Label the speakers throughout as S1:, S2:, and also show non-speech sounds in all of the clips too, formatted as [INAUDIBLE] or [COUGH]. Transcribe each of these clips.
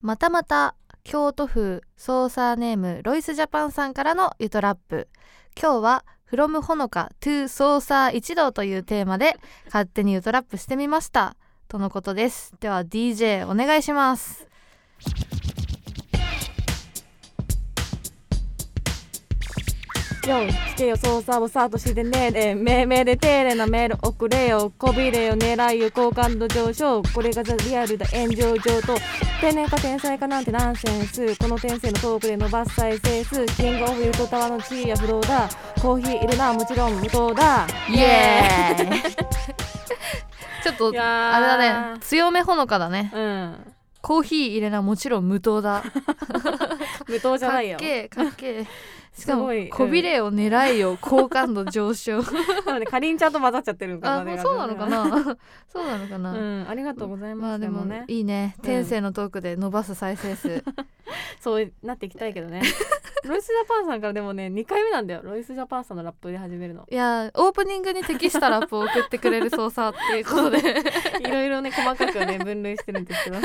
S1: またまた京都府ソーサーネームロイスジャパンさんからのゆとラップ今日は「from ほのか to ソーサー一同」というテーマで勝手にゆとラップしてみましたとのことですでは DJ お願いします
S2: よ来てよ捜査をサートしてねえめめで丁寧なメール送れよこびれよ狙いよ好感度上昇これがザリアルだ炎上上と天然か天才かなんてナンセンスこの天性のトークで伸ばす再生数キングオブユートタワーの地位や不動だコーヒー入れなもちろん無糖だ
S1: イエーイ [LAUGHS] ちょっと
S2: いやー
S1: あれだね強めほのかだね
S2: うん
S1: コーヒー入れなもちろん無糖だ
S2: 無 [LAUGHS] 糖じゃ
S1: かっ
S2: ないよ
S1: けえかっけえ
S2: [LAUGHS]
S1: しか
S2: す
S1: も
S2: ごい
S1: こびれを狙いよ好感度上
S2: [LAUGHS]
S1: 昇
S2: なのでかりんちゃんと混ざっちゃってるの
S1: あ
S2: か
S1: も
S2: な
S1: うそうなのかな [LAUGHS] そうなのかな、
S2: うんありがとうございます
S1: まあでも
S2: ね
S1: いいね
S2: うん
S1: 天性のトークで伸ばす再生数 [LAUGHS]
S2: そうなっていきたいけどねロイス・ジャパンさんからでもね2回目なんだよロイス・ジャパンさんのラップで始めるの
S1: いやオープニングに適したラップを送ってくれる操作 [LAUGHS] っていうこと
S2: [LAUGHS]
S1: で
S2: いろいろね細かくね分類してるんですけど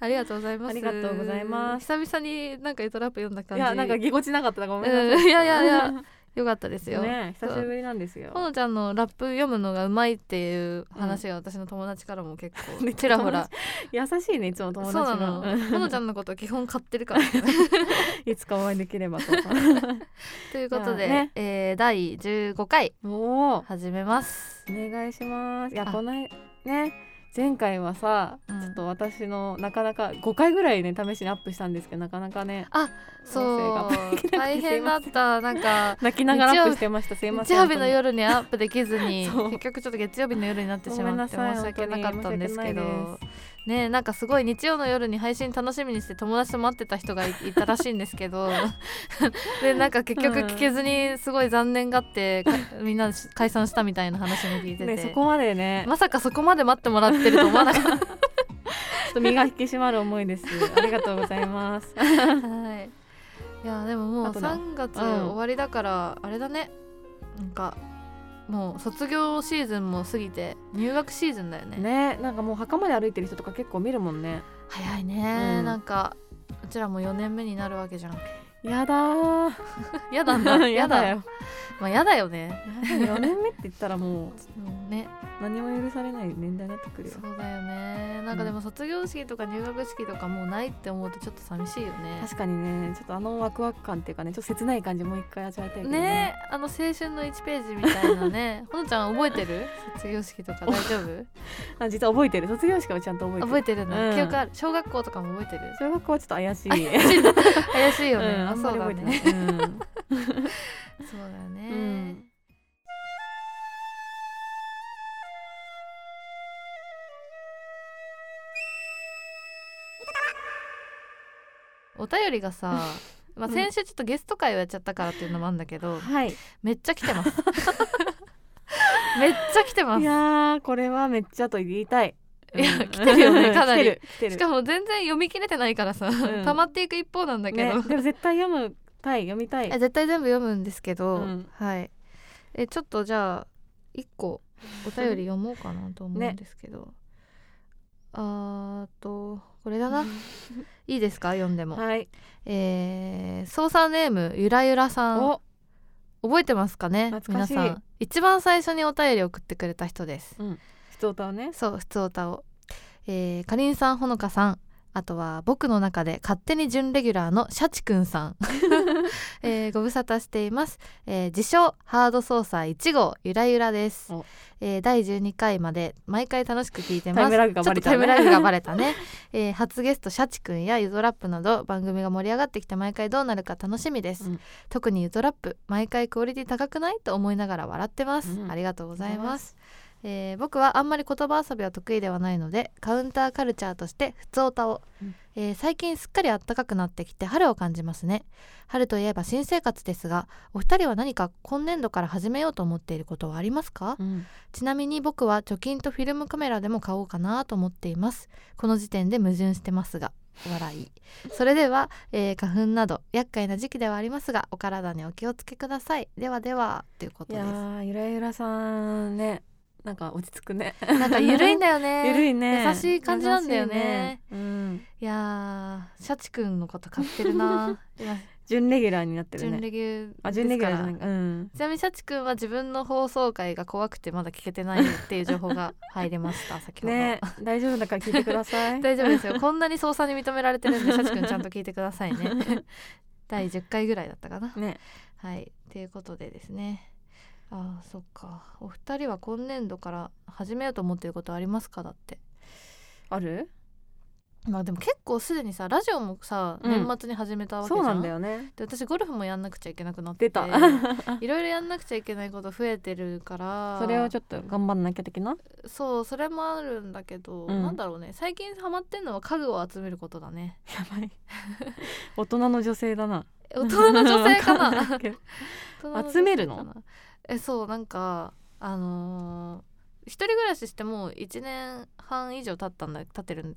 S1: ありがとうございます
S2: ありがとうございます
S1: 久々になんかトラップ読んだ感
S2: い
S1: じ
S2: やなんかぎこちなかったなごめんな
S1: う
S2: さ
S1: ん
S2: い
S1: いやいやいやよかったですよ、
S2: ね久しぶりなんですよ
S1: ほのちゃんのラップ読むのがうまいっていう話が私の友達からも結
S2: [LAUGHS]
S1: 構
S2: ね
S1: ちらほら
S2: 優しいねいつも友
S1: そう
S2: 達
S1: な
S2: が
S1: のほのちゃんのこと基本買ってるから
S2: [LAUGHS] いつかお会いできれ
S1: [LAUGHS]
S2: ばと
S1: ということで、
S2: いやね
S1: えー第15回
S2: おお
S1: 始めます
S2: お願いしますいや
S1: あ
S2: このね前回はさ、
S1: うん
S2: ちょっと私のなかなか5回ぐらいね試しにアップしたんですけどなかなかね
S1: そ
S2: 音声
S1: う
S2: [LAUGHS]
S1: 大変だったなんか
S2: 泣きながらアップしてましたすいま
S1: 日
S2: せん
S1: 曜日の夜にアップできずに
S2: そう
S1: 結局ちょっと月曜日の夜になってしまって
S2: ごめんな
S1: 申し
S2: さい
S1: 訳なかったんですけ
S2: 本当に申し訳ない
S1: どねえなんかすごい日曜の夜に配信楽しみにして友達と待ってた人がいいたらしいんですけど [LAUGHS] でなんか結局聞けずにすごい残念がってかみんな解散したみたいな話も聞いて
S2: ねそ
S1: て。
S2: こまでね
S1: まさかそこまで待ってもらってると思わなかった。
S2: ちょっと身が引き締まる思いです。ありがとうございます。
S1: はい。いやでもも
S2: あ
S1: う
S2: とな
S1: 3月
S2: うん
S1: 終わりだからあれだね。なんかもう卒業シーズンも過ぎて入学シーズンだよね。
S2: ね、なんかもう墓まで歩いてる人とか結構見るもんね。
S1: 早いね、
S2: うん
S1: なんかうちらも4年目になるわけじ
S2: [LAUGHS]
S1: ゃん
S2: やだー。
S1: やだな
S2: [LAUGHS] やだよ。
S1: まあやだよね、
S2: 4年目って言ったらもう
S1: うん、ね
S2: 何も許されない年代になってくるよ
S1: そ。うだよねなんかでも卒業式とか入学式とかもうないって思うとちょっと寂しいよね
S2: 確かにね、ちょっとあのワクワク感っていうかね、ちょっと切ない感じもう一回味わいたいけどね。
S1: ねあの青春の1ページみたいな
S2: [LAUGHS]
S1: ねほのちゃん覚えてる卒業式とか大丈夫
S2: あ実は覚えてる。卒業式はちゃんと覚えてる。
S1: 覚えてるの、
S2: うん
S1: 記憶ある小学校とかも覚えてる
S2: 小学校はちょっと怪しい。 [LAUGHS]
S1: 怪しいよね、
S2: うん、あ
S1: あ
S2: ん
S1: そ
S2: ま
S1: う
S2: り
S1: だ
S2: 覚えてな
S1: ね
S2: い。うん
S1: そうだよね、
S2: うん
S1: お便りが
S2: [LAUGHS]
S1: さまあ
S2: うん
S1: 先週ちょっとゲスト会をやっちゃったからっていうのもあるんだけど、
S2: はい。
S1: めっちゃ来て
S2: [LAUGHS]
S1: ますめっちゃ来てま
S2: い
S1: す
S2: やー、これはめっちゃと言いたい。
S1: いや来てるよねかなり
S2: 来てる。来てる
S1: しかも全然読み切れてないからさ、
S2: ん
S1: 溜まっていく一方なんだけど、
S2: ね、でも絶対読むたい読みたい
S1: え絶対全部読むんですけど、
S2: うん
S1: はいえちょっとじゃあ一個お便り読もうかなと思うんですけど、あーっとこれだないいですか読んでも、
S2: はい
S1: えー、操作ネームゆらゆらさん
S2: お、
S1: 覚えてますかね
S2: 懐
S1: 皆
S2: かしい
S1: さん一番最初にお便り送ってくれた人です
S2: うん、人歌をね
S1: そう普通歌を、えー、かりんさんほのかさんあとは僕の中で勝手に準レギュラーのシャチくん
S2: [LAUGHS]
S1: さん、 [LAUGHS] えーご無沙汰しています、えー自称ハード操作1号ゆらゆらです
S2: お、
S1: えー第12回まで毎回楽しく聞いて
S2: タ
S1: ま
S2: イ
S1: す
S2: ムラグが
S1: ちょ
S2: バ
S1: っ
S2: レ
S1: と
S2: た
S1: タイ
S2: ね
S1: ムラグがバレたね、 [LAUGHS] えー初ゲストシャチくんやゆドラップなど番組が盛り上がってきて毎回どうなるか楽しみです、
S2: うん
S1: 特にゆドラップ毎回クオリティ高くないと思いながら笑ってます、
S2: うん
S1: ありがとうございますえー僕はあんまり言葉遊びは得意ではないのでカウンターカルチャーとして普通歌を、
S2: うん
S1: えー最近すっかり暖かくなってきて春を感じますね春といえば新生活ですがお二人は何か今年度から始めようと思っていることはありますか、
S2: うん
S1: ちなみに僕は貯金とフィルムカメラでも買おうかなと思っていますこの時点で矛盾してますが笑いそれでは、えー花粉など厄介な時期ではありますがお体にお気をつけくださいではではということ
S2: い
S1: で
S2: や
S1: す
S2: ーゆらゆらさんねなんか落ち着くね [LAUGHS]
S1: なんかゆるいんだよね
S2: ゆるいね
S1: 優しい感じなんだよね
S2: 優しいねうん
S1: いやシャチくんのこと買ってるな
S2: [LAUGHS]
S1: いや
S2: 準レギュラーになってる
S1: 準
S2: ね
S1: レギュ
S2: あ
S1: で
S2: 準レ
S1: す
S2: ギュ
S1: か
S2: ラーじゃ
S1: ら
S2: ないうん
S1: ちなみにシャチくんは自分の放送回が怖くてまだ聞けてないっていう情報が入りました
S2: [LAUGHS]
S1: 先ほど、
S2: ね大丈夫だから聞いてくださ
S1: [LAUGHS]
S2: い
S1: 大丈夫ですよこんなに操作に認められてるんでシャチくんちゃんと聞いてください
S2: [LAUGHS]
S1: ね [LAUGHS] 第10回ぐらいだったかな
S2: ね
S1: はいということでですねあーそっかお二人は今年度から始めようと思っていることありますかだって
S2: ある
S1: まあでも結構すでにさラジオもさ
S2: うん
S1: 年末に始めたわけじゃ
S2: そ
S1: ん、
S2: うなんだよね
S1: で私ゴルフもやんなくちゃいけなくなって
S2: 出た
S1: [LAUGHS] いろいろやんなくちゃいけないこと増えてるから
S2: それをちょっと頑張んなきゃ的な
S1: そうそれもあるんだけど、
S2: うん
S1: なんだろうね最近ハマってんのは家具を集めることだね
S2: やばい大人の女性だ [LAUGHS] な
S1: え大人の女性か
S2: [LAUGHS]
S1: [LAUGHS]
S2: わ
S1: なん
S2: いけど
S1: 大人の女性かな
S2: 集めるの
S1: えそうなんかあのー一人暮らししてもう1年半以上経ったんだ経ってるん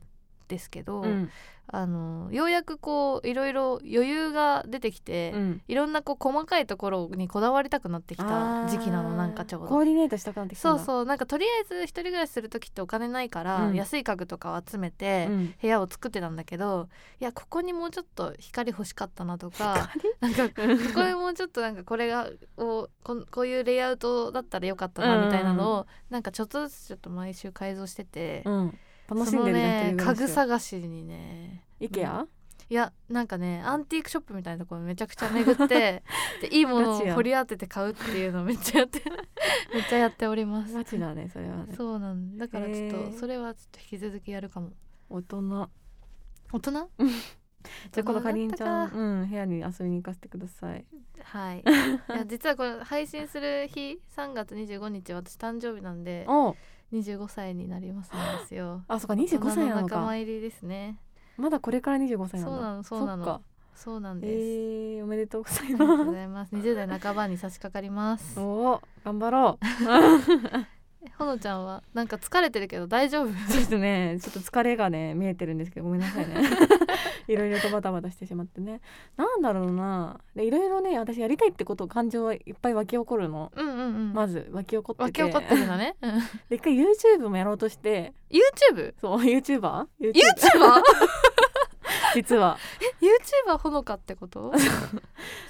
S1: ですけど、
S2: うん
S1: あのーようやくこういろいろ余裕が出てきて、
S2: うん
S1: いろんなこう細かいところにこだわりたくなってきた時期なのなんかちょうど
S2: コーディネートしたくなってきた
S1: そ
S2: ん
S1: う
S2: だ
S1: そうなんかとりあえず一人暮らしする時ってお金ないから、
S2: うん
S1: 安い家具とかを集めて、
S2: うん
S1: 部屋を作ってたんだけどいやここにもうちょっと光欲しかったなとか
S2: 光
S1: なんかここにもうちょっとなんかこれがをこんこういうレイアウトだったらよかった
S2: うんうんう
S1: なんみたいなのを、なんかちょっとずつちょっと毎週改造してて、
S2: うん楽し
S1: そ
S2: ん
S1: の
S2: でるね
S1: ね
S2: 一
S1: 家
S2: 人暮らし
S1: 具探しにね
S2: IKEA
S1: いやなんかねアンティークショップみたいなところめちゃくちゃ巡って
S2: [LAUGHS]
S1: でいいものを掘り当てて買うっていうのをめっちゃやって
S2: [LAUGHS]
S1: めっちゃやっております。
S2: マジだねそれはね
S1: [LAUGHS] そうなんだからちょっ
S2: へ
S1: と
S2: ー
S1: それはちょっと引き続きやるかも
S2: 大人
S1: 大 [LAUGHS] 人
S2: じゃあ今度かりんちゃ
S1: 大人になっ
S2: んうん部屋に遊びに行かせてください
S1: はい
S2: [LAUGHS]
S1: いや実はこれ配信する日3月25日私誕生日なんで
S2: おう
S1: 25歳になりますんです
S2: [LAUGHS]
S1: よ
S2: あそっか
S1: 大
S2: 25歳な
S1: 人
S2: の
S1: 仲間
S2: か
S1: 入りですね
S2: まだこれから25歳なん
S1: そ
S2: だ
S1: うなのそうなの
S2: そっか
S1: そうなん
S2: え
S1: です、
S2: ーおめでとうござい [LAUGHS]
S1: ありがとうご
S2: ま
S1: ざいます20代半ばに差し掛かりますす
S2: おー頑張ろう
S1: ほのちゃんはなんか疲れてるけど大丈夫
S2: ちょっとねちょっと疲れがね見えてるんですけどごめんなさ [LAUGHS] いねいろいろとバタバタしてしまってねなんだろうなでいろいろね私やりたいってこと感情はいっぱい湧き起こるの
S1: うんうんうん、
S2: まず湧き起こって
S1: わ
S2: て
S1: け起こってるのねうん
S2: で一回 YouTube もやろうとして
S1: [LAUGHS] YouTube?
S2: そう YouTuber? YouTube
S1: YouTuber?
S2: 実は
S1: [LAUGHS] YouTuber ほのかって [LAUGHS] こと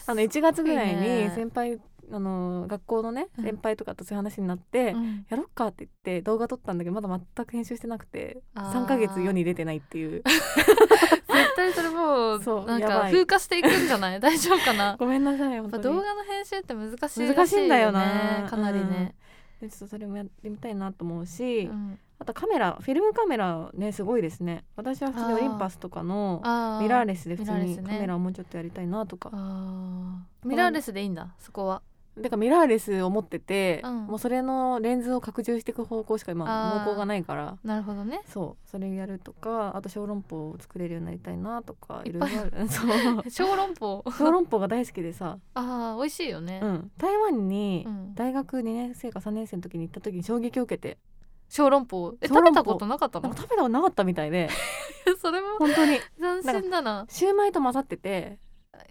S2: あの1月ぐらい
S1: すごい
S2: に
S1: ね
S2: 先輩あの学校のね
S1: うん
S2: 先輩とかとそういう話になって、
S1: うん
S2: やろっかって言って動画撮ったんだけどまだ全く編集してなくて
S1: あー
S2: 3ヶ月世に出てないっ
S1: [LAUGHS]
S2: ていう
S1: 絶対それもう
S2: そう
S1: なん
S2: や
S1: か
S2: ばい
S1: 風化していくんじゃない [LAUGHS] 大丈夫かなや
S2: ごめんなさい
S1: っ
S2: 本
S1: ぱ
S2: 当に
S1: 動画の編集って難しいらしいよね
S2: 難しいんだよな
S1: かなりね、
S2: でちょっとそれもやってみたいなと思うし、
S1: うん
S2: あとカメラフィルムカメラねすごいですね私は普通にオリンパスとかの
S1: あ
S2: ミラー
S1: レス
S2: レスで普通
S1: ミラーレ
S2: に
S1: ス
S2: カ
S1: ね
S2: メラをもうちょっとやりたいなとか、
S1: あーミラーレスでいいんだそこは
S2: だからミラーレスを持ってて、
S1: うん
S2: もうそれのレンズを拡充していく方向し
S1: あ
S2: か今
S1: ー
S2: 方向がないから
S1: なるほどね
S2: そうそれやるとかあと小籠包を作れるようになりたいなとか
S1: い
S2: い
S1: っ
S2: ろ
S1: ぱ
S2: い
S1: い
S2: ろあ
S1: [LAUGHS]
S2: るそう
S1: 小籠包
S2: 小籠包が大好きでさ、
S1: ああ美味しいよね、
S2: うん、台湾に
S1: うん
S2: 大学2年生か3年生の時に行った時に衝撃を受けて
S1: 小籠包え
S2: 小籠
S1: 食
S2: 包
S1: べたことなかった
S2: なん
S1: の [LAUGHS]
S2: か食べたことなかったみたいで
S1: それも
S2: 本当に
S1: 斬新だな
S2: シューマイと混ざってて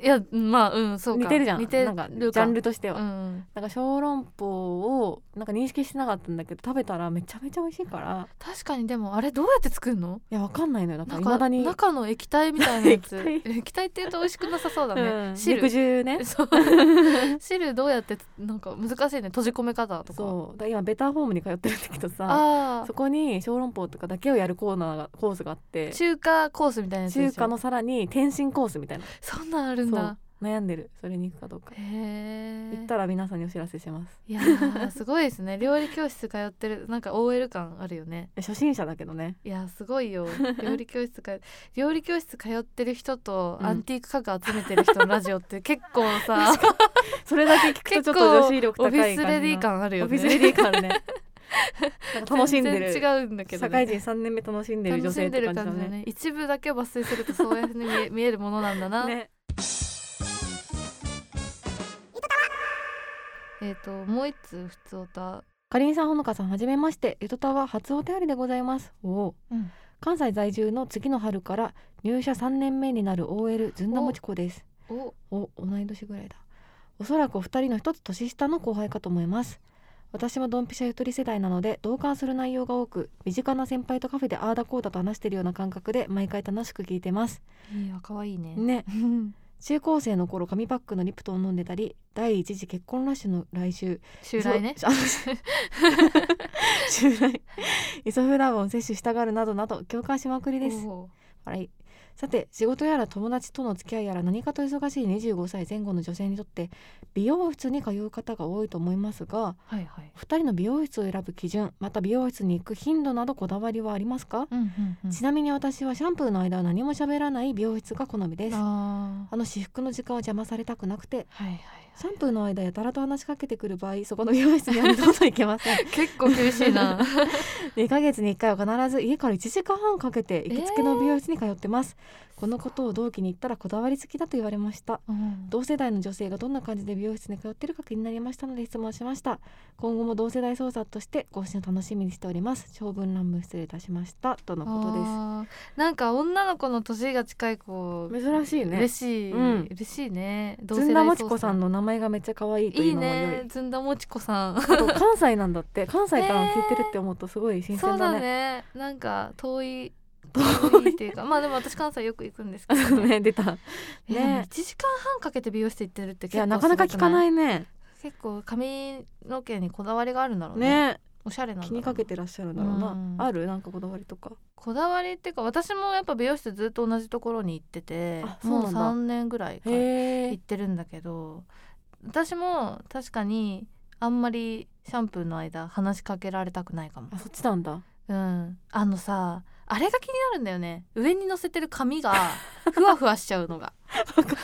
S1: いやまあうんそうか
S2: 似てるじゃん
S1: 似て
S2: な
S1: る
S2: ん
S1: か
S2: かジャンルとして
S1: う
S2: は、
S1: ん、
S2: なんか小籠包をなんか認識してなかったんだけど食べたらめちゃめちゃ美味しいから
S1: 確かにでもあれどうやって作るの
S2: いやわかんないのよだ
S1: な
S2: から
S1: ん
S2: い
S1: か
S2: まだに
S1: 中の液体みたいなやつ
S2: [LAUGHS] 液
S1: 液体って言うと美味しくなさそうだね、
S2: うん
S1: 汁
S2: 肉汁ね
S1: そう [LAUGHS]
S2: [LAUGHS]
S1: 汁どうやってなんか難しいね閉じ込め方とか
S2: そうだから今ベターホームに通ってるんだけどさ
S1: あ
S2: そこに小籠包とかだけをやるコーナーがコースがあっ
S1: あ
S2: て
S1: 中華コースみたいなやつでしょ
S2: 中華のさらに天津コースみたいな
S1: そんなんあるんだ
S2: そう悩んでるそれに行くかどうか
S1: へえ
S2: 行ったら皆さんにお知らせします
S1: いやーすごいですね料理教室通ってるなんか OL 感あるよね
S2: 初心者だけどね
S1: いやーすごい [LAUGHS] よ料理教室か料理教室通ってる人と
S2: うん
S1: アンティーク家具集めてる人のラジオって結構 [LAUGHS] さ
S2: それだけ聞くとちょ
S1: 結
S2: っと女
S1: 構
S2: 子力高
S1: オ
S2: い
S1: フ
S2: 感
S1: ィ
S2: じ
S1: ス
S2: の
S1: レディ感あるよ
S2: オ
S1: ね
S2: フィスレディ感
S1: [LAUGHS]
S2: ねなんか楽しんでる
S1: 全然違うんだけど、
S2: 社会人3年目楽しんでる女
S1: 楽し
S2: 性っ
S1: んで
S2: て
S1: る
S2: 感じ
S1: 感じ
S2: だ
S1: だ
S2: ね
S1: ね一部だけを抜粋するとそういうふうに見え見えるものなんだ [LAUGHS] な、
S2: ね
S1: えっ、ともう一つ普通歌
S2: かりんさんほのかさんはじめましてゆとたわ初お手ありでございますおお
S1: うん
S2: 関西在住の次の春から入社3年目になる OL ずんだもちこです
S1: お
S2: お同い年ぐらいだおそらくお二人の一つ年下の後輩かと思います私もドンピシャゆとり世代なので同感する内容が多く身近な先輩とカフェでああだこうだと話してるような感覚で毎回楽しく聞いてます
S1: いや可愛いね
S2: ね中高生の頃紙パックのリプトンを飲んでたり第一次結婚ラッシュの来週
S1: [LAUGHS] 襲来ね
S2: そうあ [LAUGHS]
S1: [LAUGHS]
S2: 襲来イソフラボン摂取したがるなどなど共感しまくりです
S1: おー
S2: 笑いさて仕事やら友達との付き合いやら何かと忙しい25歳前後の女性にとって美容室に通う方が多いと思いますが
S1: はいはい
S2: お二人の美容室を選ぶ基準また美容室に行く頻度などこだわりはありますか、
S1: うんうんうん
S2: ちなみに私はシャンプーの間は何も喋らない美容室が好みですあ
S1: あー
S2: の私服の時間を邪魔されたくなくて
S1: はいはい
S2: シャンプーの間やたらと話しかけてくる場合そこの美容室には二度と行けません
S1: [LAUGHS] 結構厳しいな
S2: 2ヶ月に1回は必ず家から1時間半かけて行きつけの美容室に通ってます、このことを同期に言ったらこだわり好きだと言われました
S1: [LAUGHS] うん
S2: 同世代の女性がどんな感じで美容室に通ってるか気になりましたので質問しました今後も同世代捜査として更新を楽しみにしております長文乱文失礼いたしましたとのことです
S1: あーなんか女の子の年が近い子
S2: 珍しいね
S1: 嬉しい、
S2: うん
S1: 嬉しいね同
S2: ず
S1: 世
S2: んだ
S1: 代
S2: もちこさん
S1: の
S2: の名前がめっちゃ可愛いと
S1: い
S2: い
S1: いう
S2: のが良い
S1: ねずんだもちこさん
S2: あと関西なんだって関西から聞いてるって思うとすごい新
S1: そう
S2: 鮮だ
S1: だ
S2: ね,、
S1: ねなんか遠い遠いっていうかまあでも私関西よく行くんですけどね
S2: [LAUGHS] [LAUGHS] ね出た
S1: えで
S2: ね
S1: も1時間半かけて美容室行ってるって
S2: い
S1: 結
S2: や
S1: 構
S2: なかなか聞かないいね
S1: 結構髪の毛にこだわりがあるんだろうね
S2: ね
S1: おしゃれなんだろう
S2: 気にかけてらっしゃるんだろうな、
S1: うん
S2: あるなんかこだわりとか
S1: こだわりっていうか私もやっぱ美容室ずっと同じところに行ってて
S2: あそう
S1: もう
S2: なんだ
S1: 3年ぐらいかな
S2: へ
S1: 行ってるんだけど私も確かにあんまりシャンプーの間話しかけられたくないかも
S2: あそっちなんだ
S1: うんあのさあれが気になるんだよね上に乗せてる髪がふわふわしちゃうの
S2: [LAUGHS]
S1: がわか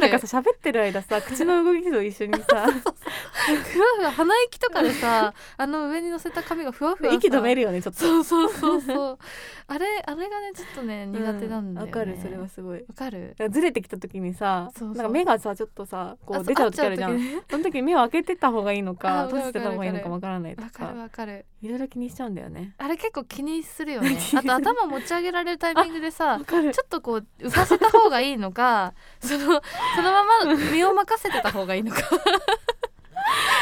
S2: な
S1: る
S2: んかさ喋ってる間さ口の動きと一
S1: [LAUGHS]
S2: 緒にさ
S1: ふわふわ鼻息とかでさあの上に乗せた髪がふわふわ
S2: 息止め
S1: る
S2: るよねちょっと
S1: そうそうそうそうあれあれがねちょっとね苦手なんだよね
S2: わかるそれは
S1: わ
S2: すごいだ
S1: かる
S2: からずれてきた時にさ
S1: そうそう
S2: なんか目がさちょっとさこ
S1: あ
S2: う出ちゃう時あ
S1: 合
S2: るじゃん [LAUGHS]
S1: 時ね
S2: その時目を開けてた方がいいの
S1: あ
S2: か
S1: わかる
S2: 閉じてた方がいいのかわからないと
S1: わかる
S2: か
S1: わかる
S2: いろいろ気にしちゃうんだよね
S1: あれ結構気にするよ [LAUGHS] ね
S2: 気に
S1: あ
S2: す
S1: と
S2: る
S1: 頭持ち上げられるタイミングで [LAUGHS] さ
S2: わかる
S1: ちょっとこう浮かせた方がいいのか [LAUGHS] そのそのまま身を任せてた方がいいのか
S2: [LAUGHS]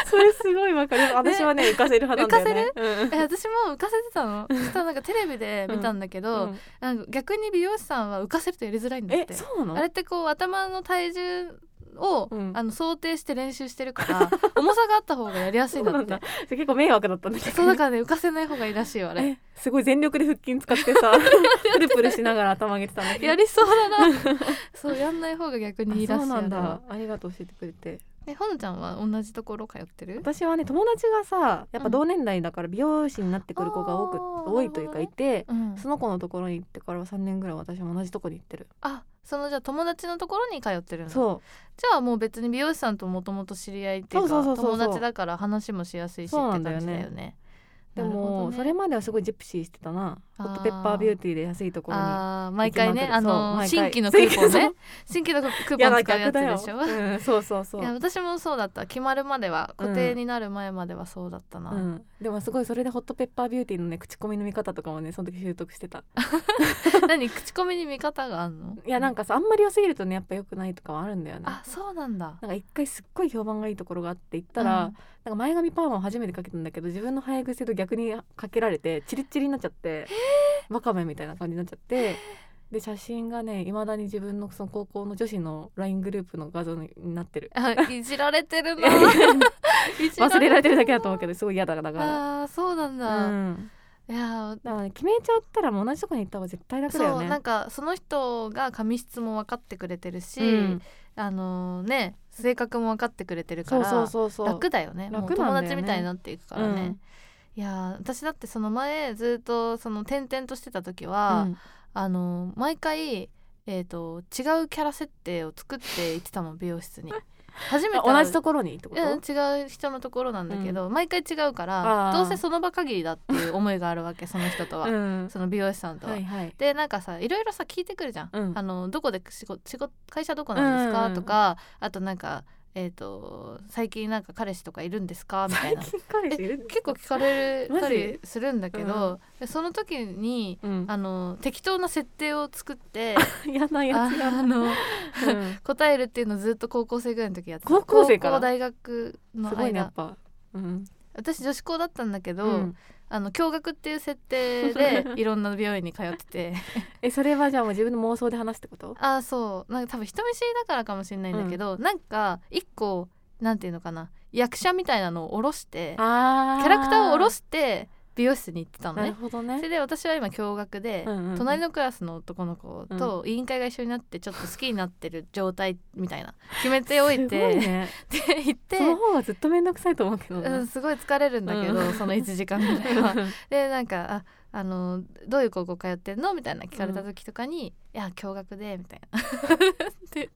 S2: それすごいわかる私はね浮かせる派なんだよね
S1: [LAUGHS]
S2: 浮
S1: え私も浮かせてたのそしたらなんかテレビで見たんだけど、なんか逆に美容師さんは浮かせるとやりづらいんだっ
S2: え
S1: て
S2: そうな
S1: あ
S2: の
S1: れってこう頭の体重を、
S2: うん
S1: あの想定して練習してるから [LAUGHS] 重さがあった方がやりやすいんだって
S2: 結構迷惑だったんだけど
S1: そうだからね浮かせない方がいいらしいよあれ
S2: えすごい全力で腹筋使ってさ
S1: [LAUGHS]
S2: プルプルしながら頭上げてたんだけど
S1: やりそうだな [LAUGHS] そうやんない方が逆にいいら
S2: あ
S1: し
S2: そう
S1: いよ
S2: なん
S1: ね
S2: だありがとう教えてくれて
S1: えほのちゃんは同じところ通ってる
S2: 私はね友達がさやっぱ同年代だから美容師になってくる子が多く、
S1: あー
S2: 多いという
S1: な
S2: か
S1: る
S2: い
S1: ほ
S2: て、
S1: うん
S2: その子のところに行ってからは3年ぐらい私も同じとこに行ってる、
S1: あそのじゃあ友達のところに通ってるんだ
S2: そう
S1: じゃあもう別に美容師さんともともと知り合いっていうか
S2: そうそうそうそう
S1: 友達だから話もしやすいしって
S2: そうな
S1: 感
S2: ん
S1: じだ
S2: だよ
S1: よ
S2: ね
S1: ね
S2: でも、それまではすごいジェプシーしてたな
S1: あ
S2: ホ
S1: ー
S2: ットペッパービューティーで安いところに
S1: あー毎回ね
S2: 行きま
S1: あ
S2: くるそう
S1: の
S2: 毎回
S1: 新規のクーポン
S2: そ
S1: ね
S2: う
S1: 新規のクー
S2: いや
S1: ポ
S2: な
S1: ン使うや
S2: 逆
S1: つ
S2: だ
S1: で
S2: よ
S1: しょ
S2: うん、そうそうそう
S1: いや私もそうだった決まるまでは固定になる前まではそうだったな、
S2: うん、でもすごいそれでホットペッパービューティーのね口コミの見方とかもねその時習得してた
S1: 何口コミに見方があるの
S2: いやなんかさあんまり良すぎるとねやっぱ良くないとかはあるんだよね
S1: あそうなんだ
S2: なんか一回すっごい評判がいいところがあって行ったら、
S1: うん
S2: なんか前髪パーマを初めてかけたんだけど自分の生え癖と逆にかけられてチリッチリになっちゃってワカメみたいな感じになっちゃってで写真がねいまだに自分のその高校の女子の LINE グループの画像になってる
S1: あいじられてるないじ
S2: [LAUGHS] 忘れられてるだけだと
S1: 思
S2: 思うけどすごい嫌だだか
S1: ああーそうなん
S2: ら、
S1: だ、
S2: うん、
S1: いやー
S2: だから、ね、決めちゃったらもう同じとこに行った方が絶対楽だよ
S1: そう
S2: ね
S1: なんかその人が髪質も分かってくれてるし、
S2: うん
S1: あのね性格も分かってくれてるか
S2: そう
S1: ら
S2: そうそうそう
S1: 楽だよねもう
S2: 楽なんだよ
S1: 友
S2: ね
S1: 達みたいになっていくからね。
S2: うん
S1: いやー私だってその前ずっとその転々としてた時は、
S2: うん
S1: あの毎回、えー、と違うキャラ設定を作って行ってたもん美容室
S2: [LAUGHS]
S1: に初めて
S2: 同じところにってこと、
S1: うん、違う人のところなんだけど、毎回違うから
S2: あー
S1: どうせその場限りだっていう思いがあるわけその人とは、
S2: うん
S1: その美容師さんとは、
S2: はいはい
S1: でなんかさいろいろさ聞いてくるじゃん、
S2: うん
S1: あのどこで仕事仕事会社どこなんですか、
S2: うんうん
S1: とかあとなんかえっ、と最近なんか彼氏とかいるんですかみたいな
S2: 最近彼氏いる
S1: 結構聞かれたり
S2: マ
S1: するんだけど、でその時に
S2: うん [LAUGHS]
S1: あの適当な設定を作って
S2: 嫌なや
S1: あ
S2: つや
S1: あの
S2: うん
S1: 答えるっていうのをずっと高校生ぐらいの時やってた
S2: 高校生か
S1: 高
S2: ら
S1: 校大学の
S2: すごいねやっ
S1: 間
S2: ぱ、うん、
S1: 私女子校だったんだけど、
S2: うん
S1: あの共学っていう設定
S2: [LAUGHS]
S1: でいろんな美容院に通ってて
S2: えそれはじゃあもう自分の妄想で話すってこと
S1: ああそうなんか多分人見知りだからかもしれないんだけど、なんか一個なんていうのかな役者みたいなのを下ろしてキ
S2: あ
S1: ャラクターを下ろ
S2: す
S1: して美容室に行ってたの
S2: なる
S1: ね。
S2: ほど
S1: そ
S2: ね
S1: れで私は今共学で、
S2: うんうんうん
S1: 隣のクラスの男の子と委員会が一緒になってちょっと好きになってる状態みたいな決めておい
S2: すごい
S1: て
S2: ね
S1: で [LAUGHS] 行って
S2: その方はずっと面倒くさいと思うけど
S1: う
S2: な、
S1: ん、すごい疲れるんだけど、
S2: うん
S1: その1時間ぐらいは。でなんかああの「どういう高校通ってんの?」みたいな聞かれた時とかに「いや共学で」みたいなって [LAUGHS] 言って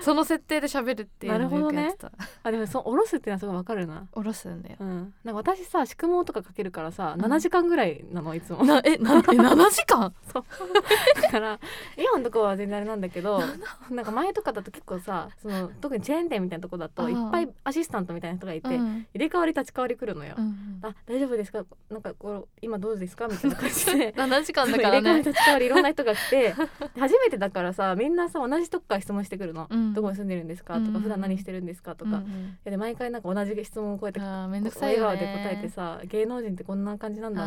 S1: その設定で喋るっていうのをよくやってた、
S2: [LAUGHS] あでもその下ろすってのはすごいわかるな
S1: おろすんだよ
S2: うん、なんか私さ宿毛とかかけるからさ、
S1: うん
S2: 7時間ぐらいなのい
S1: [LAUGHS]
S2: つも
S1: なえなえ7時間
S2: だからイオンとかは全然あれなんだけどなんか前とかだと結構さその特にチェーン店みたいなとこだ
S1: あ
S2: と
S1: あ
S2: いっぱいアシスタントみたいな人がいて、
S1: うん
S2: 入れ替わり立ち替わり来るのよ、
S1: うん
S2: あ大丈夫ですかなんかこう今どうですかみたいな感
S1: [LAUGHS]
S2: じで
S1: 7時間
S2: 入
S1: だ
S2: れ
S1: か
S2: 替わ
S1: ら
S2: り
S1: ね
S2: 立ち替わりいろんな人が
S1: [LAUGHS]
S2: 来て初めてだからさみんなさ同じとこから質問してくるの、
S1: うん
S2: どこに住んでるんですかと
S1: うん
S2: か普段何してるんですかとか、
S1: うんう
S2: い
S1: ん
S2: やで毎回なんか同じ質問をこうやって
S1: あーめんどくさい
S2: 笑
S1: よ
S2: 顔
S1: ね
S2: で答えてさ芸能人ってこんな感じなんだな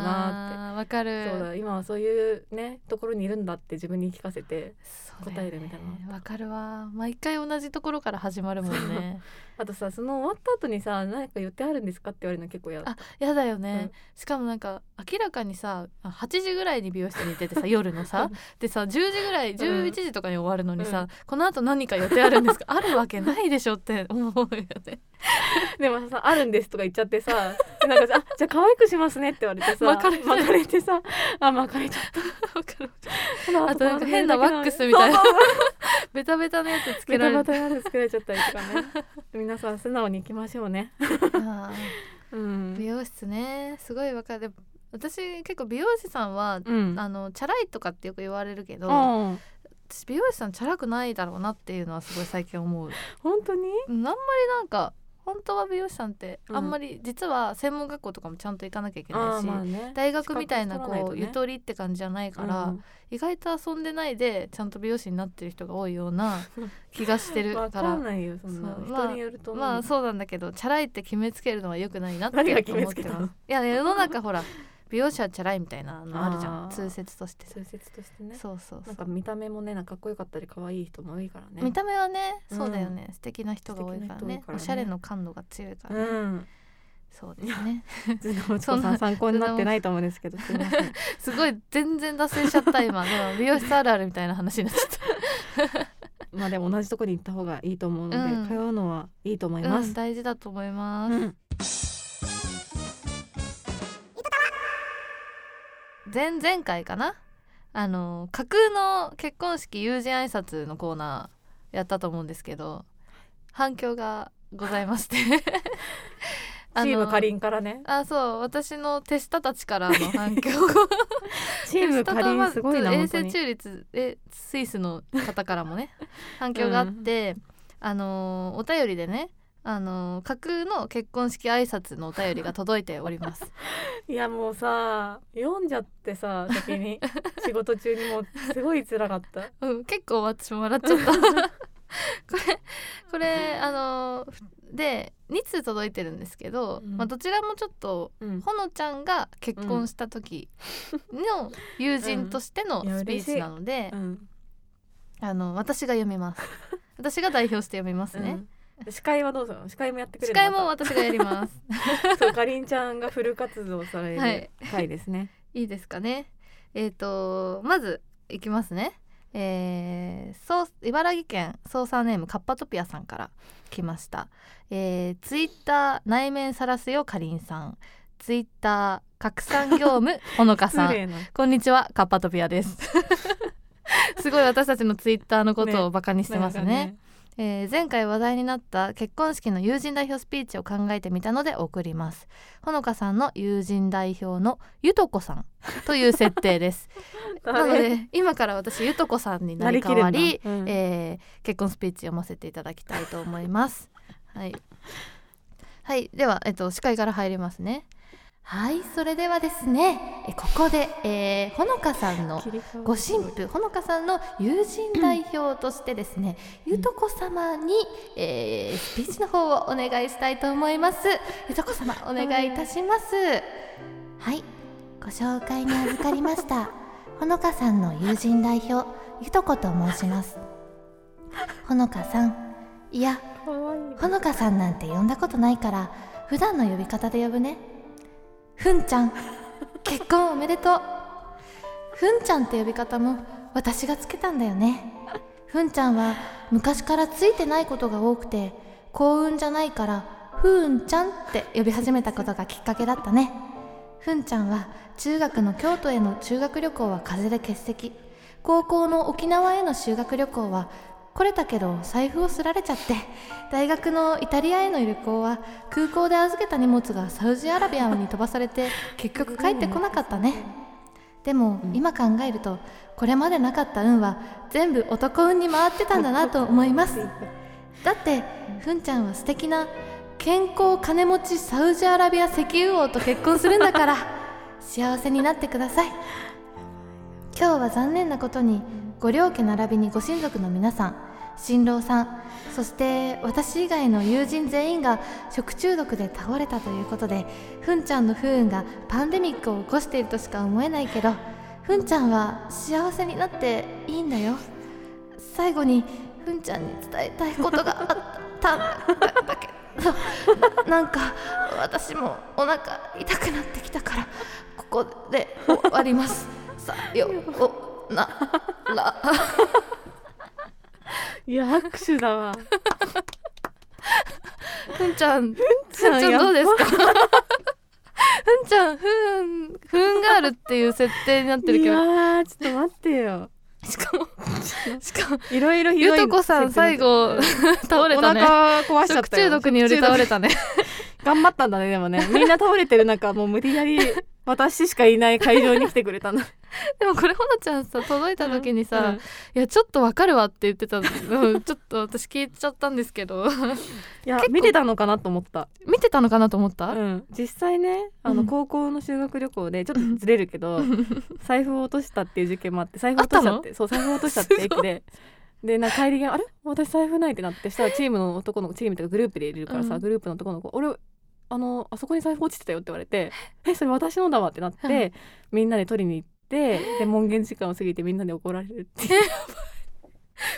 S1: あ
S2: っ
S1: ーわか
S2: てそう
S1: る
S2: だ今はそういうねところにいるんだって自分に言い聞かせて
S1: そうだよね
S2: 答えるみたいな
S1: わかるわ毎回同じところから始まるもんね
S2: あとさその終わった後にさ何か予定あるんですかって言われるの結構やだ
S1: あやだよね、
S2: うん
S1: しかもなんか明らかにさあ8時ぐらいに美容室に行っててさ夜のさでさ10時ぐらい11時とかに終わるのにさ、
S2: うん
S1: このあと何か予定あるんですか [LAUGHS] あるわけないでしょって思うよね
S2: でもさ「あるんです」とか言っちゃってさでなんかさあじゃあ可愛くしますね」って言われてさ
S1: まかれて
S2: まかれてさあまかれちゃっ
S1: わかる
S2: た
S1: あとなんか変なワックスみたいな
S2: そうそうそう
S1: [LAUGHS] ベタベタのやつつけ
S2: ベ
S1: られて
S2: タベタなやつ作られちゃったりとかね皆さん素直に行きましょうね
S1: あ
S2: う
S1: ー美
S2: ん、
S1: 容室ねすごいわかるでも私結構美容師さんは、
S2: うん、
S1: あのチャラいとかってよく言われるけど、
S2: うん
S1: 私美容師さんチャラくないだろうなっていうのはすごい最近思う
S2: 本当に
S1: うんあんまりなんか本当は美容師さんって
S2: うん
S1: あんまり、実は専門学校とかもちゃんと行かなきゃいけないし、
S2: ーね
S1: 大学みたいな
S2: 資格取ら
S1: こ
S2: ない
S1: とう
S2: ね
S1: ゆとりって感じじゃないから、
S2: うん
S1: 意外と遊んでないでちゃんと美容師になってる人が多いよう
S2: [LAUGHS]
S1: な気がしてる
S2: わ
S1: か
S2: からんないよそんな
S1: そうまあ
S2: 人によると思う、
S1: まあそうなんだけどチャラいって決めつけるのは良くないなって
S2: [LAUGHS] 何が決め
S1: 思っ
S2: つけ
S1: て
S2: たの
S1: ますいや世の中ほら美容師はチャラいみたいなのあるじゃ
S2: あ
S1: ん
S2: ー
S1: 通説として、
S2: 通説としてね
S1: そうそう
S2: な
S1: そ
S2: んか
S1: う、
S2: 見た目もねなんかかっこよかったり可愛い人も多いからね
S1: 見た目はね
S2: うん
S1: そうだよね、素敵な人が多いから
S2: 素敵な人多い
S1: ね
S2: からね
S1: おしゃれの感度が強いからね、
S2: うん
S1: そうですね
S2: ズナモチコ
S1: そん
S2: さん
S1: な
S2: 参考になってないと思うんですけどすいません
S1: すごい全然脱線しちゃった今でも美容室あるあるみたいな話になっちゃっ
S2: まあでも同じとこに行った方がいいと思うので、
S1: うん
S2: 通うのはいいと思い
S1: た、
S2: ま
S1: う
S2: す
S1: ん、、大事だと思いま
S2: う
S1: す、
S2: ん
S1: 前々回かなあの架空の結婚式友人挨拶のコーナーやったと思うんですけど反響がございましてあの
S2: チームかりんか
S1: [LAUGHS]
S2: らね
S1: あそう私の手下たちからの反響
S2: チームかりんすごいな
S1: ちょ
S2: 本
S1: っと
S2: 当
S1: 衛生
S2: に
S1: 中立えスイスの方からも
S2: [LAUGHS]
S1: ね反響があって、あのーお便りでねあのー架空の結婚式挨拶のお便りが届いております
S2: [LAUGHS] いやもうさ読んじゃってさ
S1: [LAUGHS]
S2: 先に仕事中にもうすごい辛かった
S1: うん結構私も笑っちゃ
S2: [LAUGHS]
S1: ったこれこれあのーで2通届いてるんですけど、
S2: うん
S1: まあ、どちらもちょっと
S2: うん
S1: ほのちゃんが結婚した時の友人としての
S2: うんいや
S1: スピー
S2: 嬉しい
S1: チなので、
S2: うん
S1: あの私が読みます私が代表して読みますね、
S2: うん司会はどうするの司会もやってく
S1: 司
S2: れる
S1: 会も
S2: ま
S1: 私がやります [LAUGHS]
S2: たそうかりんちゃんがフル活動され
S1: はい
S2: る回ですね、
S1: いいですか
S2: [LAUGHS]
S1: ねえっ、とまずいきますねえー、そう茨城県操作ネームカッパトピアさんから来ましたえー、ツイッター内面さらすよかりんさんツイッター拡散業務ほのかさ
S2: 失
S1: ん
S2: 礼な
S1: こんにちはカッパトピアです
S2: [LAUGHS]
S1: すごい私たちのツイッターのことをバカにしてます
S2: なんか
S1: ねえー前回話題になった結婚式の友人代表スピーチを考えてみたので送りますほのかさんの友人代表のゆとこさんという設定です
S2: [LAUGHS]
S1: なので今から私ゆとこさんになり変わり
S2: なりきるんだうん
S1: えー結婚スピーチ読ませていただきたいと思いますはい、はい、では、えっと、司会から入りますねはいそれではですねえここで、えーほのかさんの
S2: 切り替わ
S1: ご
S2: る
S1: 神父ほのかさんの友人代表としてですね、ゆとこ様に、えースピーチの方をお願いしたいと思いますゆとこ様お願いいたしますはいご紹介に預かりました [LAUGHS] ほのかさんの友人代表ゆとこと申しますほのかさんいや
S2: かわいい
S1: ほのかさんなんて呼んだことないから普段の呼び方で呼ぶねふんちゃん結婚おめでとうふんちゃんって呼び方も私がつけたんだよねふんちゃんは昔からついてないことが多くて幸運じゃないからふーんちゃんって呼び始めたことがきっかけだったねふんちゃんは中学の京都への修学旅行は風邪で欠席高校の沖縄への修学旅行は来れたけど財布をすられちゃって大学のイタリアへの旅行は空港で預けた荷物がサウジアラビアに飛ばされて結局帰ってこなかったねでも今考えるとこれまでなかった運は全部男運に回ってたんだなと思いますだってふんちゃんは素敵な健康金持ちサウジアラビア石油王と結婚するんだから幸せになってください今日は残念なことにご両家並びにご親族の皆さん新郎さんそして私以外の友人全員が食中毒で倒れたということでふんちゃんの不運がパンデミックを起こしているとしか思えないけどふんちゃんは幸せになっていいんだよ最後にふんちゃんに伝えたいことがあったんだだけ [LAUGHS] どなんか私もお腹痛くなってきたからここで終わりますさよおなら
S2: いや拍手だわ
S1: ふ [LAUGHS] んちゃんふん
S2: ちゃんやば
S1: どうですかふんちゃんふんふんガールっていう設定になってる
S2: い
S1: け
S2: や
S1: ど
S2: ーちょっと待ってよ
S1: しかもしかも
S2: いろいろひ
S1: ゆ
S2: どい
S1: とこさん最後倒れたね
S2: お腹壊しちゃっ
S1: 食
S2: たよ
S1: 中毒により倒れたね
S2: 頑張ったんだねでもねみんな倒れてる中もう無理
S1: [LAUGHS]
S2: やり私しかいない会場に来てくれたの
S1: でもこれほのちゃんさ届い [LAUGHS] た時にさ、
S2: うん
S1: いやちょっとわかるわって言ってた
S2: [LAUGHS]
S1: のちょっと私聞いちゃったんですけど [LAUGHS]
S2: いや
S1: 結構
S2: 見てたのかなと思った、
S1: 見てたのかなと思った、
S2: うん、実際ねあの
S1: うん
S2: 高校の修学旅行でちょっとずれる
S1: [LAUGHS]
S2: けど、財布を落としたっていう事件もあって財布落としちゃってそう財布落としたって
S1: [LAUGHS]
S2: 駅ででなんか帰り際あれ私財布ないってなってしたらチームの男のチームとかグループでいるからさ、
S1: うん
S2: グループの男の子俺あのあそこに財布落ちてたよって言われてえそれ私のだわってなって、
S1: うん
S2: みんなで取りに行ってで門限時間を過ぎてみんなで怒られるっていう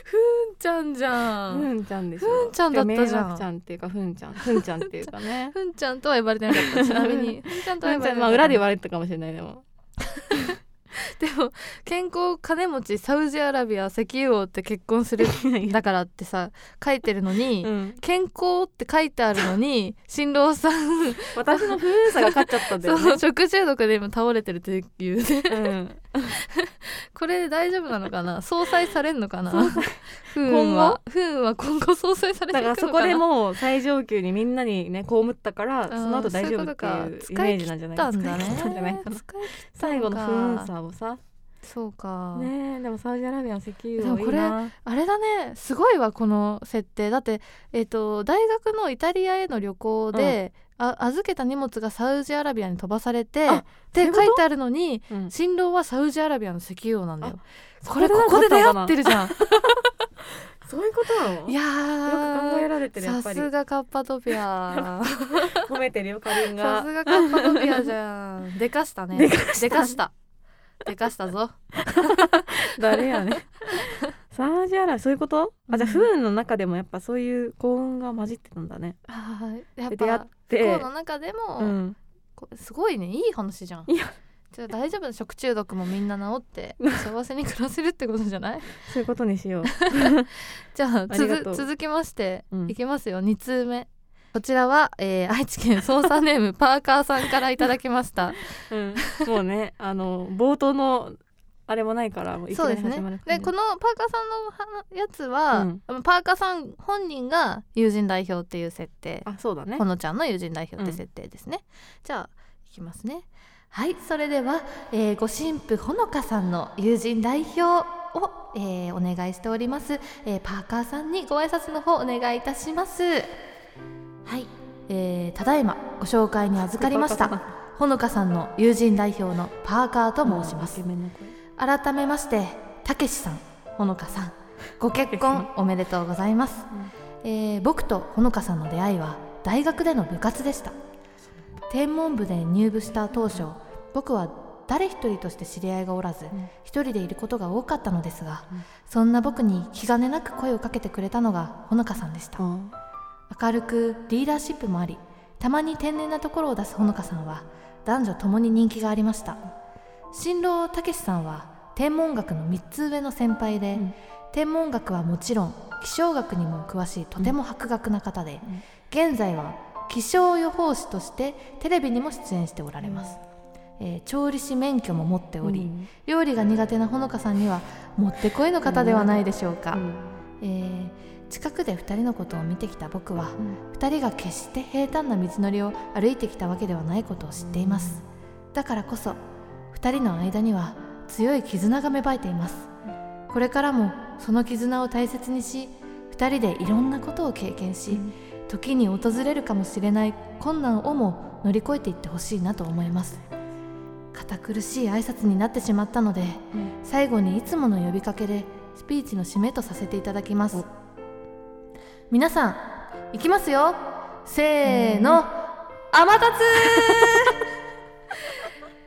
S1: ふんちゃんじゃん、
S2: ふんちゃんですよ
S1: ふんちゃんだったじゃん
S2: 迷惑ちゃんっていうかふんちゃんふんちゃんっていうかね
S1: ふんちゃんとは呼ばれてなかったちなみ
S2: [LAUGHS]
S1: にふんちゃんとは
S2: ふ
S1: 呼
S2: ん
S1: ばれてなか
S2: ちゃん
S1: った
S2: まあ裏で言われてたかもしれないで
S1: [LAUGHS]
S2: も
S1: でも健康金持ちサウジアラビア石油王って結婚するだからってさ書いてるのに、
S2: うん
S1: 健康って書いてあるの
S2: [LAUGHS]
S1: に新郎さん、
S2: 私の不運さが勝っちゃったんだ
S1: そ
S2: よね
S1: う食中毒で今倒れてるっていうね
S2: うん
S1: これ大丈夫なのか [LAUGHS] な相殺されんのかな不運は不運は今後相殺されて
S2: だ
S1: いくの
S2: から
S1: かな
S2: そこでもう最上級にみんなにね被ったから
S1: ー
S2: その後大丈夫っていうイメージなんじゃない
S1: 使い切
S2: で
S1: ったんだね
S2: 使い切ったんじゃないかな
S1: 使い切
S2: [LAUGHS] 最後の不運さをさ
S1: そうか、
S2: ねえでもサウジアラビアの石油王
S1: でも
S2: いい
S1: これ
S2: な
S1: あれだねすごいわこの設定だって、えっと大学のイタリアへの旅行で、あ預けた荷物がサウジアラビアに飛ばされて
S2: あ
S1: って
S2: そういうこと
S1: 書いてあるのに
S2: うん
S1: 新郎はサウジアラビアの石油王なんだよ
S2: あ
S1: これ
S2: そ
S1: こ
S2: こ
S1: こで
S2: で
S1: 出
S2: なん
S1: 会
S2: かあ
S1: っ
S2: ってた
S1: るじゃん
S2: そういうことなの
S1: いやー
S2: よく考えられてるやっぱ
S1: さ
S2: り
S1: すがカッパドピ [LAUGHS] ア
S2: 褒めてるよかりん
S1: さ
S2: が
S1: すがカッパドピアじゃんでかしたね
S2: でかした
S1: でかしたでかしたぞ
S2: 誰
S1: [LAUGHS]
S2: やねサウジアラビアそういうことあじゃあ
S1: うん
S2: 不運の中でもやっぱそういう幸運が混じってたんだね
S1: あーやっ
S2: で出会っ
S1: ぱ不
S2: て
S1: 幸の中でも、
S2: うん
S1: こすごいねいい話じゃん
S2: いや
S1: じゃあ大丈夫だ食中毒もみんな治って幸せに暮らせるってことじゃない
S2: そういうことにしよう
S1: じゃあつ
S2: ありが
S1: づ
S2: とう
S1: 続きまして、
S2: うん
S1: いきますよ2通目こちらは、えー愛知県捜査ネームパーカーさん [LAUGHS] からいただきました
S2: うんもうねあの冒頭のあれもないからもういき
S1: そう
S2: な
S1: で
S2: り
S1: す
S2: 始ま
S1: ね
S2: る感
S1: で
S2: じ
S1: このパーカーさんの話やつは、
S2: うん
S1: あのパーカーさん本人が友人代表っていう設定
S2: あそうだね
S1: ほのちゃんの友人代表って設定ですね、じゃあいきますねはいそれでは、えーご神父ほのかさんの友人代表を、えーお願いしております、えーパーカーさんにご挨拶の方お願いいたしますはい、えーただいまご紹介に預かりまし
S2: パー
S1: たほのかさんの友人代表のパーカーと申します
S2: イケメンの子
S1: 改めましてたけしさんほのかさんご結婚おめでとうございます、えー僕とほのかさんの出会いは大学での部活でした天文部で入部した当初僕は誰一人として知り合いがおらず一人でいることが多かったのですがそんな僕に気兼ねなく声をかけてくれたのがほのかさんでした
S2: あ
S1: 明るくリーダーシップもありたまに天然なところを出すほのかさんは男女ともに人気がありました新郎たけしさんは天文学の3つ上の先輩で、
S2: ん
S1: 天文学はもちろん気象学にも詳しいとても博学な方で、現在は気象予報士としてテレビにも出演しておられます、えー調理師免許も持っており、
S2: うん
S1: 料理が苦手なほのかさんにはもってこいの方ではないでしょうか、えー近くで2人のことを見てきた僕は、2人が決して平坦な道のりを歩いてきたわけではないことを知っていますだからこそ2人の間には強い絆が芽生えていますこれからもその絆を大切にし2人でいろんなことを経験し、時に訪れるかもしれない困難をも乗り越えていってほしいなと思います堅苦しい挨拶になってしまったので、
S2: うん
S1: 最後にいつもの呼びかけでスピーチの締めとさせていただきます皆さんいきますよせーの天達 [LAUGHS]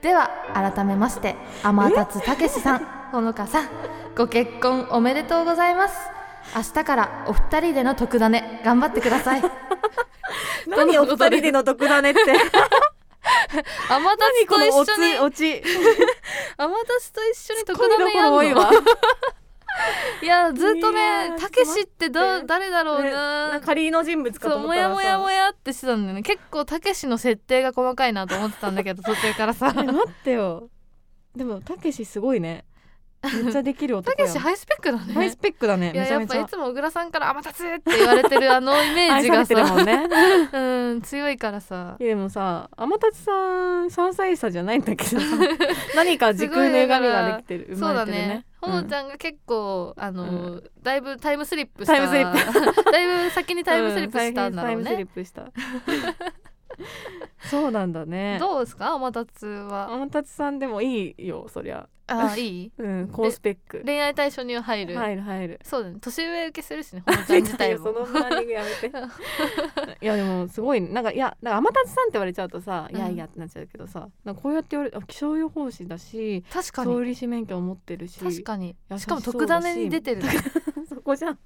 S1: では改めまして天達たけしさんほのかさんご結婚おめでとうございます明日からお二人での特ダネ頑張ってくだ [LAUGHS] さい
S2: 何お二人での得だねって
S1: 天達
S2: 何ことの
S1: 一
S2: オチ
S1: 緒に
S2: オチ
S1: 天達と一緒に特
S2: これ
S1: ダ
S2: ど
S1: ネ
S2: こ
S1: やん
S2: ろ多いわ
S1: のいやずっと
S2: いや
S1: ね
S2: ー
S1: たけしってだ
S2: ね
S1: 誰だろう
S2: なん
S1: な
S2: か仮の人物かと
S1: そう
S2: 思
S1: も
S2: った
S1: や
S2: らさ
S1: もやもやってしてたんだよね結構たけしの設定が細かいなと思ってたんだけど
S2: [LAUGHS]
S1: 途中からさ
S2: え待ってよでもたけしすごいねめっちゃできる
S1: た
S2: 男
S1: け
S2: や
S1: しハイスペックだ
S2: ハイ
S1: ね
S2: スペックだね
S1: いや
S2: めち
S1: や
S2: ゃ
S1: っ
S2: めち
S1: ぱい
S2: ゃ
S1: つも小倉さんから「天達!」って言われてるあのイメー
S2: [LAUGHS] 愛
S1: ジ
S2: さ
S1: が
S2: れてる
S1: さ
S2: もんね
S1: [LAUGHS] うん強いからさ
S2: いやでもさ天達さん3歳差じゃないんだけど
S1: [LAUGHS]
S2: さ何か時空の歪みができてる
S1: そう
S2: 生ま
S1: だ
S2: れてるね
S1: ねほのち
S2: ん
S1: ゃんが結構あのだいぶタイムスリップし
S2: タイムスリ
S1: た [LAUGHS] だいぶ先にタイムスリップしたんだろう
S2: うタイムスリ
S1: ね
S2: ップしたそうなんだね
S1: どうですか天達は
S2: 天達さんでもいいよそりゃ
S1: あいい
S2: うん高スペック
S1: 恋愛対象には入る
S2: 入る入る
S1: そうだね年上受けする
S2: [LAUGHS]
S1: しねほのちゃん自体も
S2: そのブランディングや
S1: [LAUGHS]
S2: めていやでもすごいなんかいやなんか天達さんって言われちゃうとさ、
S1: うん
S2: いやいやってなっちゃうけどさなんかこうやって言われあ気象予報士だし
S1: 確かに
S2: 調理師免許を持ってるし
S1: 確かに
S2: 優し
S1: しかも
S2: そうだし
S1: 特ダネに出てる [LAUGHS]
S2: そこじゃん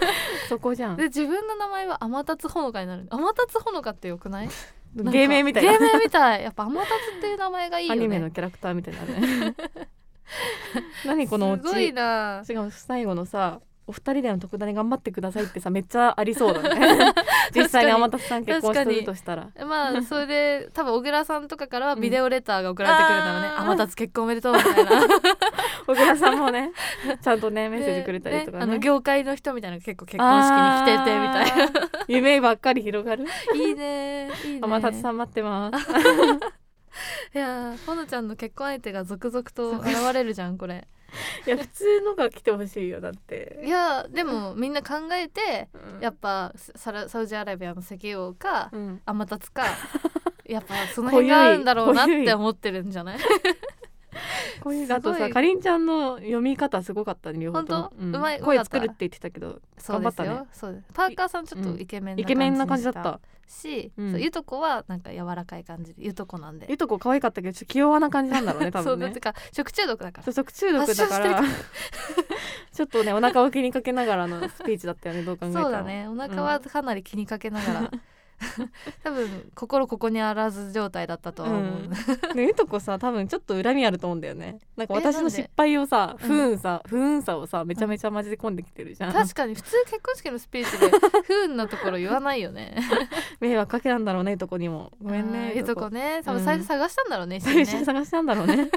S2: [LAUGHS] そこじゃ
S1: で
S2: ん
S1: 自分の名前は天達ほのかになる天達ほのかってよくない [LAUGHS] なんか
S2: 芸名みたいな
S1: 芸名みたいやっぱ天達っていう名前がいいよ
S2: ア
S1: ね
S2: ニメのキャラクターみたいなね
S1: [LAUGHS]
S2: 何このオ
S1: すごい
S2: チ
S1: な
S2: しかも最後のさお二人での特ダネ頑張ってくださいってさめっちゃありそうだ
S1: [LAUGHS]
S2: ね実際に天達さん結婚するとしたら
S1: まあそれで多分小倉さんとかからはビデオレターが送られてくるんだろうね、
S2: うんあー
S1: 天達結婚おめでとうみたい [LAUGHS] な
S2: 小倉さんもねちゃんとねメッセージくれたりと
S1: で
S2: か
S1: あ
S2: ね
S1: の業界の人みたいなのが結構結婚式に来ててみたい
S2: たいな夢ばっかり広がる
S1: ないいねいいね
S2: 天達さん待って
S1: [LAUGHS]
S2: ます
S1: いやーほのちゃんの結婚相手が続々と現れるじゃんこれ
S2: いや普通のが来てほしいよだ
S1: [LAUGHS]
S2: っ
S1: い
S2: て
S1: やーでもみんな考えて
S2: うん
S1: やっぱサラサウジアラビアの石油王か
S2: うん
S1: 天達
S2: [LAUGHS]
S1: かやっぱその辺が合うんだろうなっ
S2: 濃ゆい
S1: て思ってるんじゃない
S2: こういう
S1: すごい
S2: あとさかりんちゃんの読み方すごかったね両方とも
S1: 本当
S2: ん
S1: うまい
S2: 声
S1: よかった
S2: 作るって言ってたけど
S1: そう
S2: [LAUGHS] 頑
S1: で
S2: 張
S1: す
S2: ったね
S1: よそうですパーカーさんちょっと
S2: うん
S1: イケメン
S2: イケメンな感じだっ
S1: にしたし、
S2: うん
S1: そうゆとこはなんか柔らかい感じでゆとこなんで
S2: ゆとこ可愛かったけどちょっと気弱な感じなんだろうね
S1: [LAUGHS]
S2: 多
S1: そう
S2: 分
S1: だっ
S2: ね
S1: てか食中毒だから
S2: そう食中毒だから
S1: 発
S2: ちょっとねお腹を気にかけながらのスピーチだったよねどう考えたら
S1: そうだねお腹はかなり気にかけながら、
S2: [LAUGHS]
S1: 多分心ここにあらず状態だったとは思う、
S2: うんでゆとこさ多分ちょっと恨みあると思うんだよねなんか
S1: え
S2: 私
S1: なん
S2: の
S1: で
S2: 失敗をさ
S1: うん
S2: 不運さ、不運さをさめちゃめちゃ混ぜ込んできてるじゃん
S1: 確かに普通結婚式のスピーチで不運なところ言わないよね
S2: [LAUGHS] 迷惑かけたんだろうねゆとこにも [LAUGHS] ごめん
S1: あ
S2: ね
S1: [LAUGHS] ーゆとこね多分
S2: うん
S1: 最初探したんだろうね、一緒にね
S2: 最初に探したんだろう
S1: [LAUGHS]
S2: ね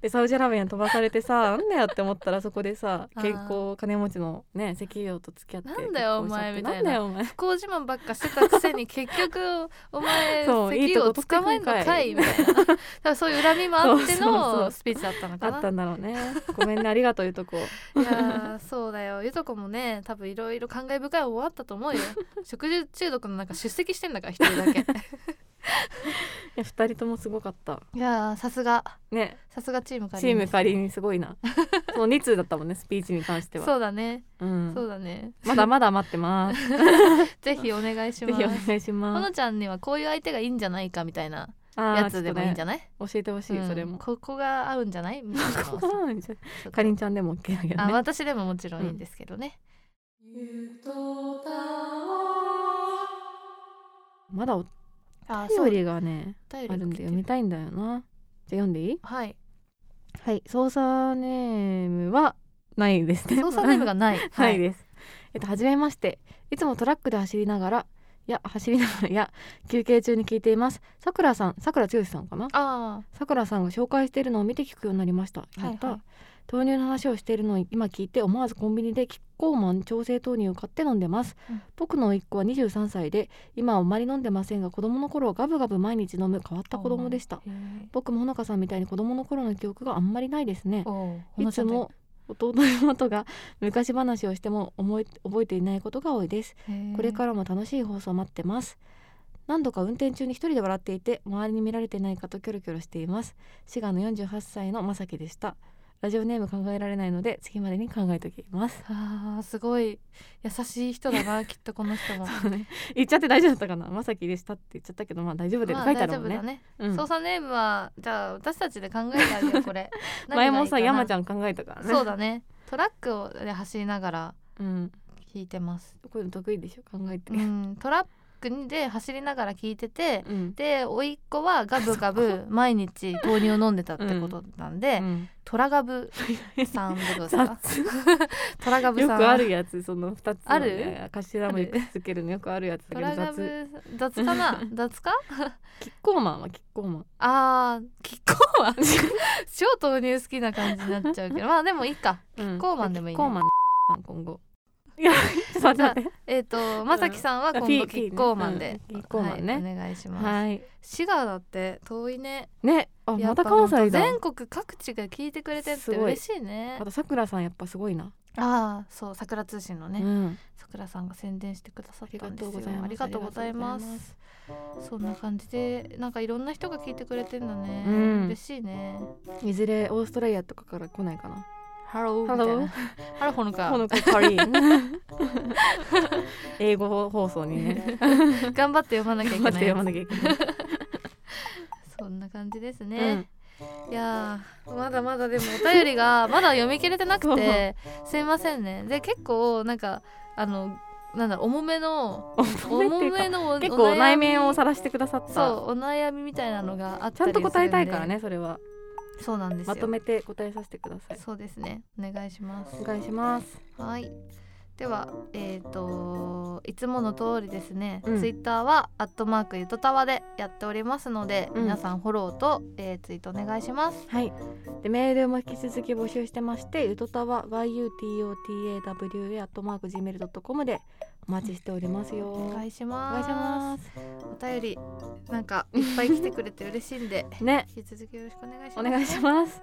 S2: でサウジアラビアに飛ばされてさなんだよって思ったらそこでさ
S1: あー
S2: 健康金持ちのね石油王と付き合って
S1: なんだよ
S2: 結婚
S1: お
S2: しちゃって
S1: 前みたいなん
S2: だよお前
S1: 不幸自慢ばっかしてたくせに結局
S2: [LAUGHS]
S1: お前
S2: そう
S1: 石油を捕まえんのかい
S2: いい
S1: みたいな多 [LAUGHS] 分そういう恨みもあって
S2: そうそうそ
S1: の
S2: う
S1: スピーチだったの
S2: あ
S1: か
S2: っ
S1: な
S2: たんだろうねごめんねありがとうゆ
S1: [LAUGHS]
S2: とこ
S1: いやーそうだよゆとこもね多分い
S2: [LAUGHS]
S1: ろいろ感慨深い思いあったと思うよ食事中毒の中出席してんだから一人だけ
S2: や2人ともすごかった
S1: いやーさすが
S2: ね
S1: さすがチームか
S2: チーム仮にすごい
S1: [LAUGHS]
S2: なその2通だったもんねスピーチに関しては
S1: そうだね、
S2: うん
S1: そうだね
S2: まだまだ待ってます
S1: ぜひお願いし
S2: ぜ
S1: ま
S2: ひお
S1: す
S2: 願いし
S1: ほ
S2: ま
S1: の
S2: す
S1: ちゃんにはこういう相手がいいんじゃないかみたいな
S2: あー
S1: やつでもいいんじ
S2: ちょ
S1: ゃ
S2: っ
S1: ない、
S2: とね教えてほしい、
S1: うん
S2: それも
S1: ここが合うんじゃないみたいなのをさちょっと
S2: かりんちゃんでも OK だけど
S1: あ
S2: ね
S1: 私でももちろんいいんですけどね、
S2: まだお
S1: あ
S2: 便りがね
S1: お便りが来て
S2: あるんで読みたいんだよなじゃあ読んでいい
S1: はい
S2: はい操作ネームはないですね
S1: 操作ネームがない
S2: [LAUGHS] はいです。えっと、はじめまして。いつもトラックで走りながら、いや、走りながら、いや、休憩中に聞いています。さくらさん、さくらつよしさんかな
S1: あ
S2: さくらさんが紹介しているのを見て聞くようになりました。やった。
S1: はいはい
S2: 豆乳の話をしているのを今聞いて思わずコンビニでキッコーマン調整豆乳を買って飲んでます、
S1: うん
S2: 僕の甥っ子は23歳で今はあまり飲んでませんが子供の頃はガブガブ毎日飲む変わった子供でした
S1: あへー
S2: 僕もほのかさんみたいに子供の頃の記憶があんまりないですね
S1: おうほ
S2: い
S1: のち
S2: つ
S1: ゃんだ
S2: も弟妹が昔話をしても思い覚えていないことが多いです。
S1: へー
S2: これからも楽しい放送を待ってます。何度か運転中に一人で笑っていて周りに見られてないかとキョロキョロしています。滋賀の48歳のまさきでした。ラジオネーム考えられないので次までに考えておきます。
S1: あーすごい優しい人だなきっとこの人も
S2: [LAUGHS] そうね言っちゃって大丈夫だったかな。まさきでしたって言っちゃったけどまあ大丈夫でって
S1: まあ
S2: 書いてあ
S1: 大
S2: る
S1: 丈
S2: もん
S1: 夫
S2: ね。
S1: だね、
S2: うん
S1: 操作ネームはじゃあ私たちで考えてあげようこ
S2: [LAUGHS]
S1: れ
S2: 前もさ山ち
S1: ゃ
S2: ゃん考えたからね。
S1: そうだねトラックをで走りながら
S2: うん。
S1: 聞いてます
S2: こういうの得意でしょ考えて。
S1: うんトラックで走りながら聞いてて
S2: うん。
S1: で甥っ子はガブガブ毎日豆乳を飲んでたってことなんで、
S2: うん
S1: [LAUGHS] トラガブさんってことですか
S2: [LAUGHS] 雑
S1: トラガブ
S2: よ
S1: さん
S2: くあるやつその二つ
S1: ある
S2: 頭もいくつつけるのよくあるやつだ
S1: ト
S2: けど
S1: ラガ
S2: 雑
S1: ブ雑か
S2: [LAUGHS]
S1: な雑か
S2: キッコーマンはキッコーマン
S1: あーキッコーマン超豆乳好きな感じになっちゃ
S2: [LAUGHS]
S1: うけどまあでもいいか
S2: キッ
S1: コーマンでもいいね
S2: キッコーマンさん今
S1: [LAUGHS]
S2: 後いやちょっと待って待って
S1: えっ、とまさきさんは今
S2: ピ
S1: 度
S2: ー
S1: キッコーマンで、
S2: ピーねうんキッコーマンね
S1: はい、お願いします、
S2: [LAUGHS] はい
S1: 滋賀だって遠いね
S2: ねあ
S1: や
S2: ま
S1: っぱ
S2: た関西だ
S1: 全国各地が聞いてくれてって
S2: すごい
S1: 嬉しいね
S2: あとさくらさんやっぱすごいな
S1: ああそう桜通信の
S2: う
S1: ね、
S2: ん
S1: 桜さんが宣伝してくださったんですよあ
S2: あ
S1: り
S2: り
S1: が
S2: が
S1: と
S2: と
S1: うご
S2: うご
S1: ざ
S2: ざ
S1: い
S2: い
S1: ま
S2: ますす
S1: そんな感じでなんかいろんな人が聞いてくれてんだね、
S2: うん
S1: 嬉しいね
S2: いずれオーストラリアとかから来ないかな
S1: ハローみた
S2: ハ
S1: いなハロー
S2: ロー
S1: ほの
S2: こ
S1: か
S2: の子かりん [LAUGHS] 英語放送にね
S1: 頑張って読まなきゃいけな
S2: 待っ
S1: い
S2: て読まなきゃいけない
S1: そんな感じです
S2: う
S1: ね
S2: ん、
S1: いやーまだまだでもお便りがまだ読み切れてなくて [LAUGHS] すいませんねで結構なんかあのなんだろう重めの
S2: 重
S1: 重
S2: めって
S1: め
S2: いうか
S1: のお
S2: 結構
S1: お悩み
S2: 内面を晒してくださった
S1: そうお悩みみたいなのがあっ
S2: ちゃ
S1: たりする
S2: んと
S1: んで
S2: 答えたいからねそれは
S1: そうなんですよ
S2: まとめて答えさせてください
S1: そうですねお願いします
S2: お願いします
S1: はい。では、えっ、といつもの通りですね、
S2: うん
S1: ツイッターはアットマークゆとたわでやっておりますので、
S2: うん
S1: 皆さんフォローと、えーツイートお願いします。
S2: はいでメールも引き続き募集してましてゆとたわ yutotawa トマーク gmail.com でお待ちしておりますよ
S1: お願いします。
S2: お願いします
S1: お便りなんかいっぱい来てくれて嬉しいんで
S2: ね
S1: 引き続きよろしくお願いします。
S2: お願いします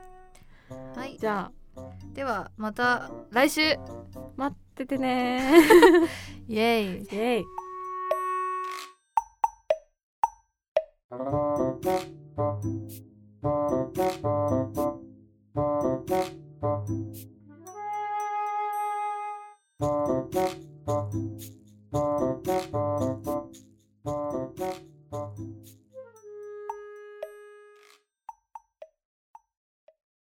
S1: はい。
S2: じゃ
S1: ではまた来週。イ
S2: あ待っててね
S1: エ [LAUGHS] ーイ。
S2: イエイ